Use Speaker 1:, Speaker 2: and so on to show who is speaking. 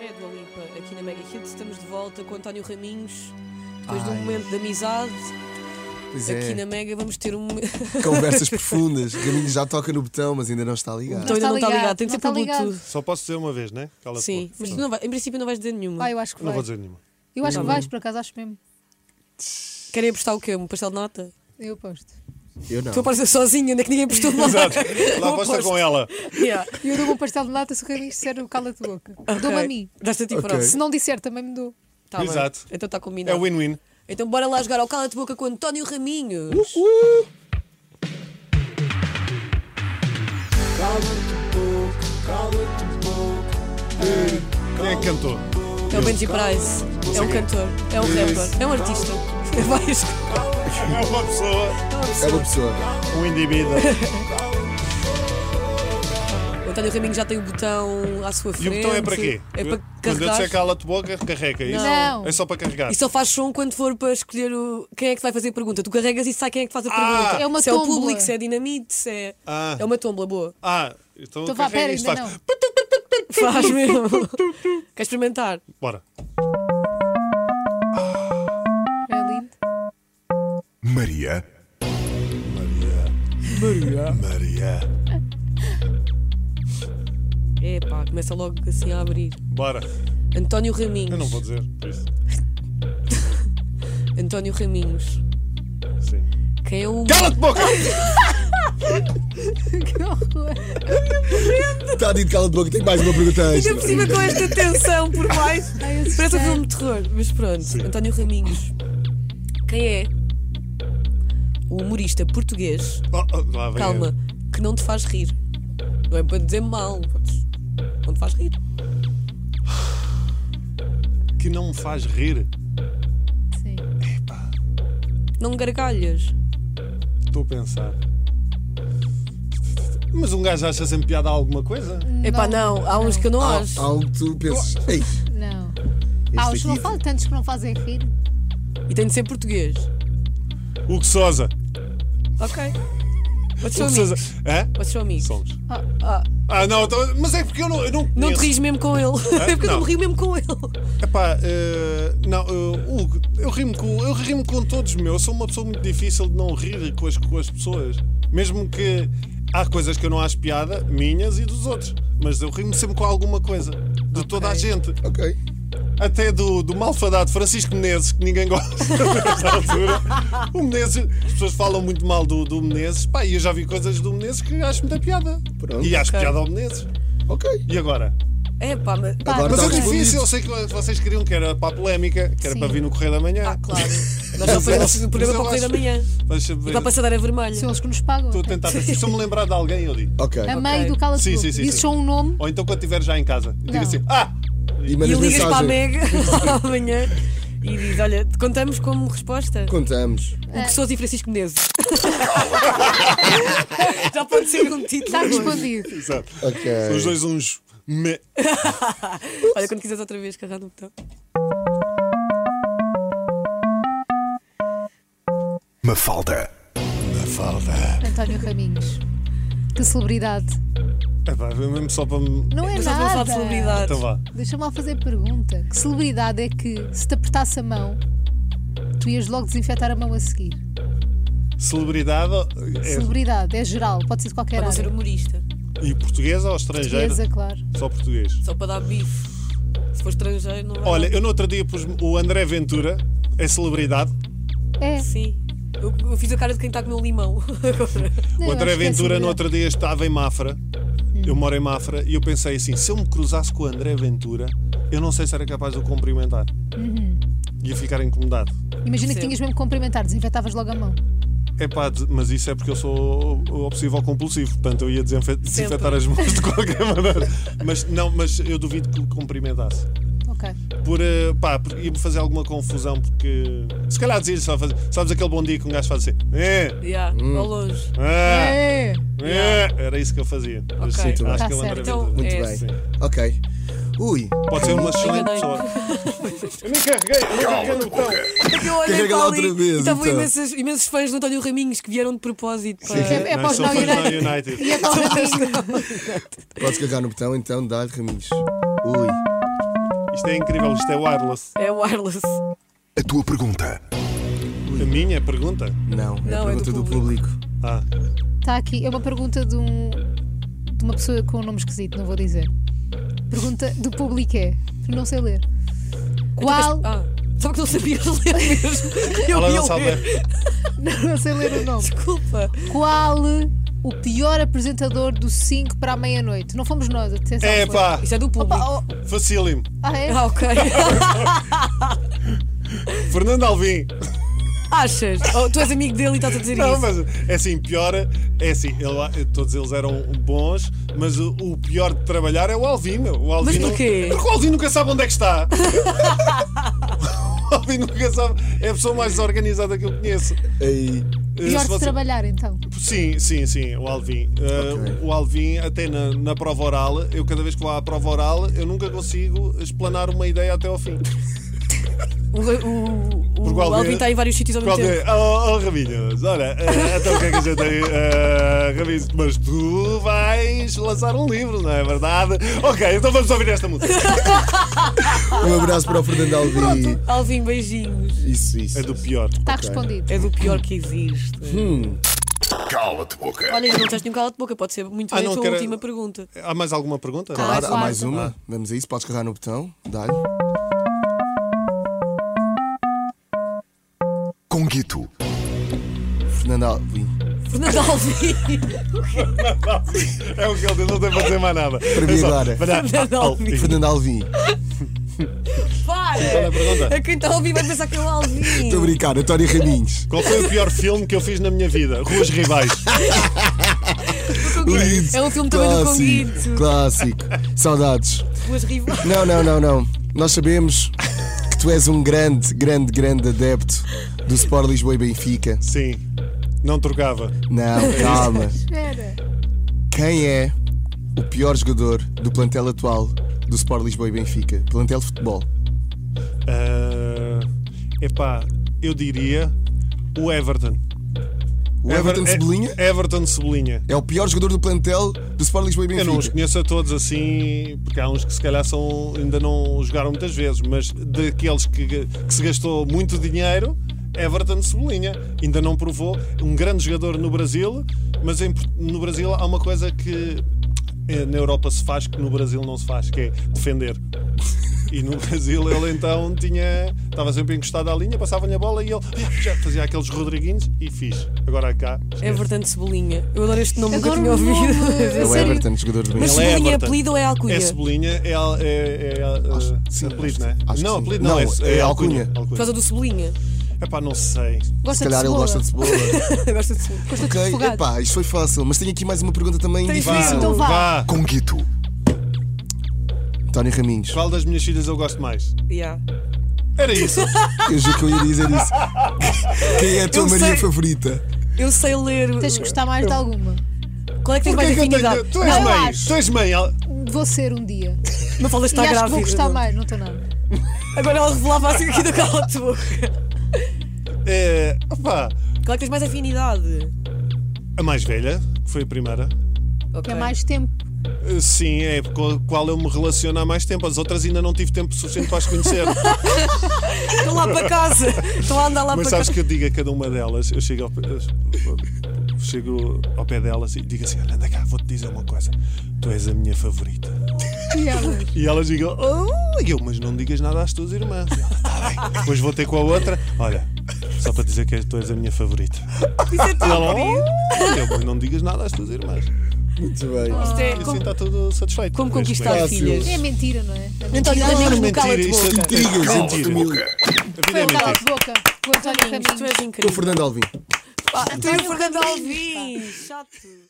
Speaker 1: É do Olimpa, aqui na Mega Hits estamos de volta com António Raminhos. Depois de um momento de amizade,
Speaker 2: Pois
Speaker 1: aqui
Speaker 2: é,
Speaker 1: na Mega vamos ter um. Então
Speaker 2: conversas profundas. Gaminho já toca no botão, mas ainda não está ligado.
Speaker 1: ainda não está
Speaker 3: ligado,
Speaker 1: ligado, tem de ser
Speaker 3: não
Speaker 1: pelo
Speaker 3: está
Speaker 1: Bluetooth.
Speaker 4: Só posso dizer uma vez, né? Cala
Speaker 1: Sim, mas tu não vai, em princípio não vais dizer nenhuma.
Speaker 3: Ah, eu acho que
Speaker 4: Não
Speaker 3: vai.
Speaker 4: vou dizer nenhuma.
Speaker 3: Eu acho
Speaker 1: Tá
Speaker 3: que
Speaker 1: bem.
Speaker 3: vais, por acaso, acho mesmo.
Speaker 1: Querem apostar o quê? Um pastel de nota?
Speaker 3: Eu aposto.
Speaker 2: Eu não.
Speaker 1: Tu apareces sozinha, onde é que ninguém apostou lá?
Speaker 4: Exato. Lá
Speaker 1: Eu
Speaker 4: aposta
Speaker 1: aposto.
Speaker 4: com ela.
Speaker 1: Yeah.
Speaker 3: E eu dou um pastel de nata se o Carlinhos disser o cala-te boca. Dou-me a
Speaker 1: Ok.
Speaker 3: mim.
Speaker 1: Dás-te a ti
Speaker 2: Ok.
Speaker 1: próprio.
Speaker 3: Se não disser, também me dou.
Speaker 1: Tá bem.
Speaker 4: Exato.
Speaker 1: Então está
Speaker 4: É
Speaker 1: combinado.
Speaker 4: win-win.
Speaker 1: Então bora lá jogar ao Cala-te Boca com António Raminhos.
Speaker 4: Quem é que cantou?
Speaker 1: É o Benji Price. É um cantor. É um rapper. É um artista. É várias coisas.
Speaker 4: É uma pessoa,
Speaker 2: É uma pessoa.
Speaker 4: um indivíduo.
Speaker 1: O António Raminhos já tem o botão à sua frente.
Speaker 4: E o botão é para quê?
Speaker 1: É para
Speaker 4: Quando eu
Speaker 1: carregar.
Speaker 4: disser cala-te boca, carrega. Isso?
Speaker 3: Não.
Speaker 4: É só para carregar.
Speaker 1: E só faz som quando for para escolher o... quem é que vai fazer a pergunta. Tu carregas e sai quem é que faz a
Speaker 4: Ah!
Speaker 1: pergunta.
Speaker 3: É uma
Speaker 1: se é o
Speaker 3: tómbola.
Speaker 1: público, se é dinamite, se é.
Speaker 4: Ah.
Speaker 1: É uma tombla boa.
Speaker 4: Ah, então
Speaker 3: Estou vá,
Speaker 4: carrega
Speaker 3: pera,
Speaker 4: isto.
Speaker 3: ainda não.
Speaker 4: Faz.
Speaker 1: Faz mesmo. Quer experimentar?
Speaker 4: Bora.
Speaker 3: É lindo.
Speaker 5: Maria.
Speaker 4: Maria.
Speaker 1: Epá, começa logo assim a abrir.
Speaker 4: Bora.
Speaker 1: António Raminhos.
Speaker 4: Eu não vou dizer. Isso.
Speaker 1: António Raminhos.
Speaker 4: Sim.
Speaker 1: Quem é o.
Speaker 4: Cala-te boca!
Speaker 3: Que horror.
Speaker 2: Está dito cala de boca, tenho mais uma pergunta
Speaker 1: Ainda
Speaker 2: extra.
Speaker 1: por cima com esta tensão por mais.
Speaker 3: Ai, eu
Speaker 1: Parece um
Speaker 3: assustei.
Speaker 1: filme de terror, mas pronto. António Raminhos. Quem é o humorista português,
Speaker 4: Oh, oh, lá vem
Speaker 1: calma, que não te faz rir? Não é para dizer mal, podes- não te faz rir.
Speaker 4: ele. Que não me faz rir.
Speaker 3: Sim.
Speaker 4: Epá,
Speaker 1: Não gargalhas.
Speaker 4: estou a pensar. Mas um gajo acha sempre piada a alguma coisa?
Speaker 1: Epá, não, há uns que eu não
Speaker 2: Há
Speaker 1: acho.
Speaker 2: há um que tu pensas. Ei,
Speaker 3: Não. Ah, os
Speaker 2: este
Speaker 3: não
Speaker 2: aqui.
Speaker 3: falam tantos que não fazem rir.
Speaker 1: E tem de ser português.
Speaker 4: Hugo Sousa.
Speaker 1: Ok. Vocês são
Speaker 4: Hugo
Speaker 1: amigos.
Speaker 4: Sousa. Hã?
Speaker 1: Vocês são amigos.
Speaker 4: Somos. Ah, não, então- mas é porque eu não. Eu não,
Speaker 1: Não te
Speaker 4: conheço.
Speaker 1: rires mesmo com ele. É porque eu não
Speaker 4: Não.
Speaker 1: me rio mesmo com ele.
Speaker 4: Epá, eh, não, eh, Hugo, eu rimo, com, eu rimo com todos, meu. Eu sou uma pessoa muito difícil de não rir com as, com as pessoas. Mesmo que há coisas que eu não acho piada, minhas e dos outros. Mas eu rimo sempre com alguma coisa. De toda a gente.
Speaker 2: Ok.
Speaker 4: Até do, do malfadado Francisco Menezes, que ninguém gosta nesta altura. O Menezes, as pessoas falam muito mal do, do Menezes. Pá, e eu já vi coisas do Menezes que acho muita piada.
Speaker 2: Pronto.
Speaker 4: E acho
Speaker 1: Ok.
Speaker 4: piada ao Menezes.
Speaker 2: Ok.
Speaker 4: E agora?
Speaker 1: Epá, mas.
Speaker 3: Pá,
Speaker 2: Agora
Speaker 4: Mas
Speaker 2: está
Speaker 4: é
Speaker 3: ok.
Speaker 4: difícil, eu sei que vocês queriam que era para a polémica, que era
Speaker 3: Sim.
Speaker 4: para vir no Correio da Manhã.
Speaker 1: Ah, claro. Nós só fazemos o programa para o correr da manhã.
Speaker 4: Deixa
Speaker 1: E
Speaker 4: ver.
Speaker 1: para a passadeira vermelha.
Speaker 3: São eles que nos pagam.
Speaker 4: Estou a tentar pensar. Se eu me lembrar de alguém, eu digo.
Speaker 2: Ok.
Speaker 3: A meio do cala-te
Speaker 4: Sim,
Speaker 3: boca.
Speaker 4: sim, sim,
Speaker 3: Dizes
Speaker 4: sim.
Speaker 3: só um nome.
Speaker 4: Ou então quando estiver já em casa, digo
Speaker 3: Não.
Speaker 4: assim: Ah!
Speaker 2: E
Speaker 1: E
Speaker 2: mandas
Speaker 1: ligas para a
Speaker 2: mensagem.
Speaker 1: Mega amanhã e diz: Olha, te contamos como resposta
Speaker 2: Contamos.
Speaker 1: o que Sousa e Francisco Menezes. Já pode ser um título.
Speaker 3: Está respondido.
Speaker 4: Exato.
Speaker 2: Ok.
Speaker 4: São os dois uns. Me...
Speaker 1: Olha, quando quiseres outra vez, carrar no botão.
Speaker 5: Mafalda.
Speaker 4: Na falda.
Speaker 3: António Raminhos. Que celebridade.
Speaker 4: É pá, mesmo só para me.
Speaker 3: Não é
Speaker 1: Mas já vamos falar de
Speaker 3: nada.
Speaker 1: celebridade.
Speaker 4: Então vá.
Speaker 3: Deixa-me lá fazer pergunta. Que celebridade é que, se te apertasse a mão, tu ias logo desinfetar a mão a seguir?
Speaker 4: Celebridade é-
Speaker 3: Celebridade, é geral, pode ser de qualquer
Speaker 1: Para não
Speaker 3: área.
Speaker 1: ser humorista.
Speaker 4: e portuguesa ou estrangeira?
Speaker 3: Portuguesa, claro.
Speaker 4: Só português.
Speaker 1: Só para dar bife. Se for estrangeiro, não vai.
Speaker 4: Olha, eu no outro dia pus o André Ventura, é celebridade.
Speaker 3: É.
Speaker 1: Sim. Eu, eu fiz a cara de quem está com o meu limão. Agora.
Speaker 4: O
Speaker 3: eu
Speaker 4: André
Speaker 3: acho que é
Speaker 4: Ventura,
Speaker 3: celebridade.
Speaker 4: no outro dia, estava em Mafra. Eu moro em Mafra e eu pensei assim: se eu me cruzasse com o André Ventura, eu não sei se era capaz de o cumprimentar.
Speaker 3: Uhum.
Speaker 4: Ia ficar incomodado.
Speaker 3: Imagina que
Speaker 1: Percebo.
Speaker 3: tinhas mesmo que cumprimentar, desinfetavas logo a mão.
Speaker 4: É pá, mas isso é porque eu sou obsessivo compulsivo, portanto eu ia desinfe- desinfetar as mãos de qualquer maneira. Mas não, mas eu duvido que o cumprimentasse.
Speaker 3: Ok.
Speaker 4: Por, eh, pá, por- ia-me fazer alguma confusão, porque. Se calhar dizia só fazer. Sabes aquele bom dia que um gajo faz assim? É,
Speaker 1: yeah,
Speaker 2: Hum.
Speaker 1: ao longe.
Speaker 4: ah,
Speaker 3: É.
Speaker 4: é. Era isso que eu fazia.
Speaker 1: Ok.
Speaker 4: Mas sim,
Speaker 2: Muito
Speaker 4: acho
Speaker 3: bem.
Speaker 4: que é o
Speaker 3: Tá
Speaker 4: André
Speaker 3: certo.
Speaker 1: Então,
Speaker 4: Ventura.
Speaker 2: Muito
Speaker 1: é,
Speaker 2: bem.
Speaker 1: sim.
Speaker 2: Ok. Ui.
Speaker 4: Pode ser uma excelente
Speaker 1: Enganei.
Speaker 4: pessoa. Eu nem carreguei, eu nem carreguei no botão.
Speaker 1: É que eu olhei
Speaker 2: Carrega
Speaker 1: para
Speaker 2: lá
Speaker 1: ali
Speaker 2: outra vez,
Speaker 1: e estavam
Speaker 2: então.
Speaker 1: imensos, imensos fãs do António Raminhos que vieram de propósito para.
Speaker 3: É, é
Speaker 4: Não,
Speaker 3: para os
Speaker 4: sou
Speaker 3: não
Speaker 4: fã do Man
Speaker 3: United.
Speaker 4: United.
Speaker 3: E é para os Raminhos.
Speaker 2: Podes carregar no botão então, dá-lhe Raminhos. Ui.
Speaker 4: Isto é incrível, isto é wireless.
Speaker 1: É wireless.
Speaker 5: A tua pergunta.
Speaker 4: A minha pergunta.
Speaker 2: Não, é a
Speaker 1: Não, é do
Speaker 2: pergunta do público.
Speaker 4: Ah,
Speaker 3: Está aqui, é uma pergunta de, um, de uma pessoa com um nome esquisito, não vou dizer. Pergunta do público é, não sei ler. Qual.
Speaker 1: Ah, só que não sabias ler mesmo. Eu
Speaker 4: Olá,
Speaker 1: ia
Speaker 4: Gonçalves.
Speaker 1: ler.
Speaker 3: Não sei ler o nome.
Speaker 1: Desculpa.
Speaker 3: Qual o pior apresentador do 5 para a meia-noite? Não fomos nós, atenção.
Speaker 4: É
Speaker 3: foi.
Speaker 4: pá,
Speaker 1: Isso é do público.
Speaker 3: Opa,
Speaker 4: facílimo.
Speaker 3: Ah, é?
Speaker 1: Ah, ok.
Speaker 4: Fernando Alvim.
Speaker 1: Achas? Oh, tu és amigo dele e estás a dizer
Speaker 4: Não,
Speaker 1: isso.
Speaker 4: mas é assim, pior. É assim, ele- todos eles eram bons, mas o, o pior de trabalhar é o Alvin, meu. O Alvin
Speaker 1: Mas
Speaker 4: não-
Speaker 1: porquê?
Speaker 4: Porque o Alvin nunca sabe onde é que está. o Alvin nunca sabe. É a pessoa mais desorganizada que eu conheço.
Speaker 2: Aí,
Speaker 3: Pior
Speaker 4: Se
Speaker 3: de
Speaker 4: você-
Speaker 3: trabalhar, então.
Speaker 4: Sim, sim, sim, o Alvin. Uh,
Speaker 2: Ok.
Speaker 4: O Alvin, até na, na prova oral, eu cada vez que vou à prova oral, eu nunca consigo explanar uma ideia até ao fim.
Speaker 1: O, o, o,
Speaker 4: Porque o Alvin-
Speaker 1: Alvin está em vários sítios ao mesmo
Speaker 4: Qual
Speaker 1: tempo.
Speaker 4: é? Oh, oh Raminhos, olha, eh, então o que é que a gente tem? Eh, Raminhos, mas tu vais lançar um livro, não é verdade? Ok, então vamos ouvir esta música.
Speaker 2: um abraço para o Fernando Alvi.
Speaker 1: Alvin, beijinhos.
Speaker 2: Isso, isso.
Speaker 4: É do pior.
Speaker 3: Está Tá respondido.
Speaker 1: É do pior que existe.
Speaker 4: Hum.
Speaker 5: Cala-te, boca.
Speaker 1: Olha, não estás nenhum cala de boca, pode ser muito
Speaker 4: Ah,
Speaker 1: bem
Speaker 4: não
Speaker 1: a tua
Speaker 4: quero-
Speaker 1: última pergunta.
Speaker 4: Há mais alguma pergunta?
Speaker 2: Claro,
Speaker 3: Claro.
Speaker 2: há mais uma. Vamos a isso, podes carregar no botão. Dá-lhe.
Speaker 5: Conguito.
Speaker 2: Fernando Alvi.
Speaker 1: Fernando Alvin.
Speaker 4: É o que ele diz, não tem para dizer mais nada. É Para
Speaker 2: mim agora.
Speaker 1: Fernando Alvim.
Speaker 2: Fernando Alvi.
Speaker 1: Para!
Speaker 4: é a pergunta?
Speaker 1: A quem está a ouvir vai pensar que é o Alvin.
Speaker 2: Estou a brincar, António Raminhos.
Speaker 4: Qual foi o pior filme que eu fiz na minha vida? Ruas Rivais.
Speaker 1: Conguito. É um filme também do
Speaker 2: Clássico,
Speaker 1: Conguito.
Speaker 2: Clássico. Saudades.
Speaker 1: Duas rivais.
Speaker 2: Não, não, não, não. Nós sabemos que tu és um grande, grande, grande adepto do Sport Lisboa e Benfica.
Speaker 4: Sim, não trocava.
Speaker 2: Não, calma.
Speaker 3: Espera.
Speaker 2: Quem é o pior jogador do plantel atual do Sport Lisboa e Benfica? Plantel de futebol.
Speaker 4: Ah, epá, eu diria o Everton.
Speaker 2: O Everton
Speaker 4: Ever-
Speaker 2: Cebolinha
Speaker 4: É- Everton Cebolinha.
Speaker 2: é o pior jogador do plantel do Sport Lisboa e
Speaker 4: Eu não os
Speaker 2: Benfica.
Speaker 4: conheço a todos assim, porque há uns que se calhar são, ainda não jogaram muitas vezes, mas daqueles que, que se gastou muito dinheiro, Everton Cebolinha. Ainda não provou. Um grande jogador no Brasil, mas em Port- no Brasil há uma coisa que eh, na Europa se faz que no Brasil não se faz, que é defender. E no Brasil ele então tinha. Estava sempre encostado à linha, passava-lhe a bola e ele "Ah, já fazia aqueles Rodriguinhos e fiz. Agora cá.
Speaker 1: Everton É Cebolinha. Eu adoro este nome, nunca
Speaker 3: Adoro
Speaker 1: tinha
Speaker 3: o nome.
Speaker 1: ouvido.
Speaker 2: É o
Speaker 3: Sério?
Speaker 2: Everton, jogador do
Speaker 1: Mas
Speaker 2: Benfica.
Speaker 4: Ele é
Speaker 1: Cebolinha é
Speaker 4: Everton.
Speaker 1: apelido ou é alcunha?
Speaker 4: É Cebolinha, é. al- é, é, é
Speaker 2: Acho-
Speaker 4: uh,
Speaker 2: sim,
Speaker 4: apelido,
Speaker 2: acho-
Speaker 4: não é?
Speaker 2: acho que
Speaker 4: não,
Speaker 2: sim.
Speaker 4: apelido
Speaker 2: Não,
Speaker 4: não, é,
Speaker 2: é alcunha.
Speaker 1: Por causa do Cebolinha.
Speaker 4: É pá, não sei.
Speaker 2: Se
Speaker 3: Gosta de
Speaker 2: calhar ele
Speaker 3: cebola.
Speaker 2: gosta de cebola.
Speaker 1: Gosto de Cebolinha.
Speaker 2: ok,
Speaker 3: refogado.
Speaker 2: epá, isto foi fácil. Mas tenho aqui mais uma pergunta também
Speaker 1: Tens
Speaker 2: difícil.
Speaker 3: Então vá.
Speaker 4: vá.
Speaker 5: Conguito.
Speaker 2: António Raminhos.
Speaker 4: Qual das minhas filhas eu gosto mais?
Speaker 1: Yeah.
Speaker 4: Era isso.
Speaker 2: Eu juro que eu ia dizer isso. Quem é a tua
Speaker 1: Eu
Speaker 2: Maria
Speaker 1: sei.
Speaker 2: favorita?
Speaker 1: Eu sei ler.
Speaker 3: Tens que gostar mais de alguma.
Speaker 1: Qual é que tens
Speaker 4: Porquê
Speaker 1: mais
Speaker 4: que eu
Speaker 1: afinidade?
Speaker 4: tenho- Tu é- és
Speaker 3: Não, eu
Speaker 4: mãe.
Speaker 3: acho.
Speaker 4: Tu és mãe. Al-
Speaker 3: Vou ser um dia.
Speaker 1: Não falas
Speaker 3: e
Speaker 1: está
Speaker 3: acho
Speaker 1: grávida.
Speaker 3: que vou gostar
Speaker 1: não. é?
Speaker 3: mais, não estou nada.
Speaker 1: Agora ela revelava assim aqui do cala de boca.
Speaker 4: É, opá,
Speaker 1: Qual é que tens mais afinidade?
Speaker 4: a mais velha, que foi a primeira.
Speaker 1: Ok.
Speaker 3: Que é mais tempo.
Speaker 4: Uh, Sim, é com a qual eu me relaciono há mais tempo. As outras ainda não tive tempo suficiente para as conhecer.
Speaker 3: Ah,
Speaker 1: Estão lá para casa. Estão a andar lá
Speaker 4: Mas
Speaker 1: para
Speaker 4: sabes
Speaker 1: casa.
Speaker 4: que eu digo a cada uma delas, eu chego ao pé, eu chego ao pé delas e digo assim: olha, anda cá, vou-te dizer uma coisa. Tu és a minha favorita.
Speaker 3: E elas?
Speaker 4: E elas digam, oh, e eu, mas não digas nada às tuas irmãs. E ela, tá bem. Depois vou ter com a outra, olha, só para dizer que tu és a minha favorita.
Speaker 1: Isso é
Speaker 4: E
Speaker 1: tão
Speaker 4: ela,
Speaker 1: bonito.
Speaker 4: oh, e eu, mas não digas nada às tuas irmãs.
Speaker 2: Muito bem.
Speaker 1: Isto
Speaker 4: E
Speaker 1: é
Speaker 4: assim
Speaker 1: como,
Speaker 4: está tudo satisfeito.
Speaker 1: como
Speaker 4: Neste
Speaker 1: conquistar
Speaker 4: momento.
Speaker 2: Fácil.
Speaker 1: filhas.
Speaker 3: É mentira, não é? É
Speaker 1: António
Speaker 3: mentira.
Speaker 1: Raminhos no
Speaker 4: mentira,
Speaker 1: cala de
Speaker 4: isso é
Speaker 1: boca.
Speaker 2: Intrigas entre
Speaker 5: Cala-te,
Speaker 2: mil.
Speaker 5: boca.
Speaker 4: A vida é
Speaker 3: um Cala
Speaker 4: mentira.
Speaker 3: de boca. Com António
Speaker 1: É, Raminhos, tu
Speaker 3: Caminhos.
Speaker 1: és
Speaker 2: Com o
Speaker 1: incrível.
Speaker 2: Fernando Alvim.
Speaker 1: Ah, tu e o Fernando Alvim. Chato.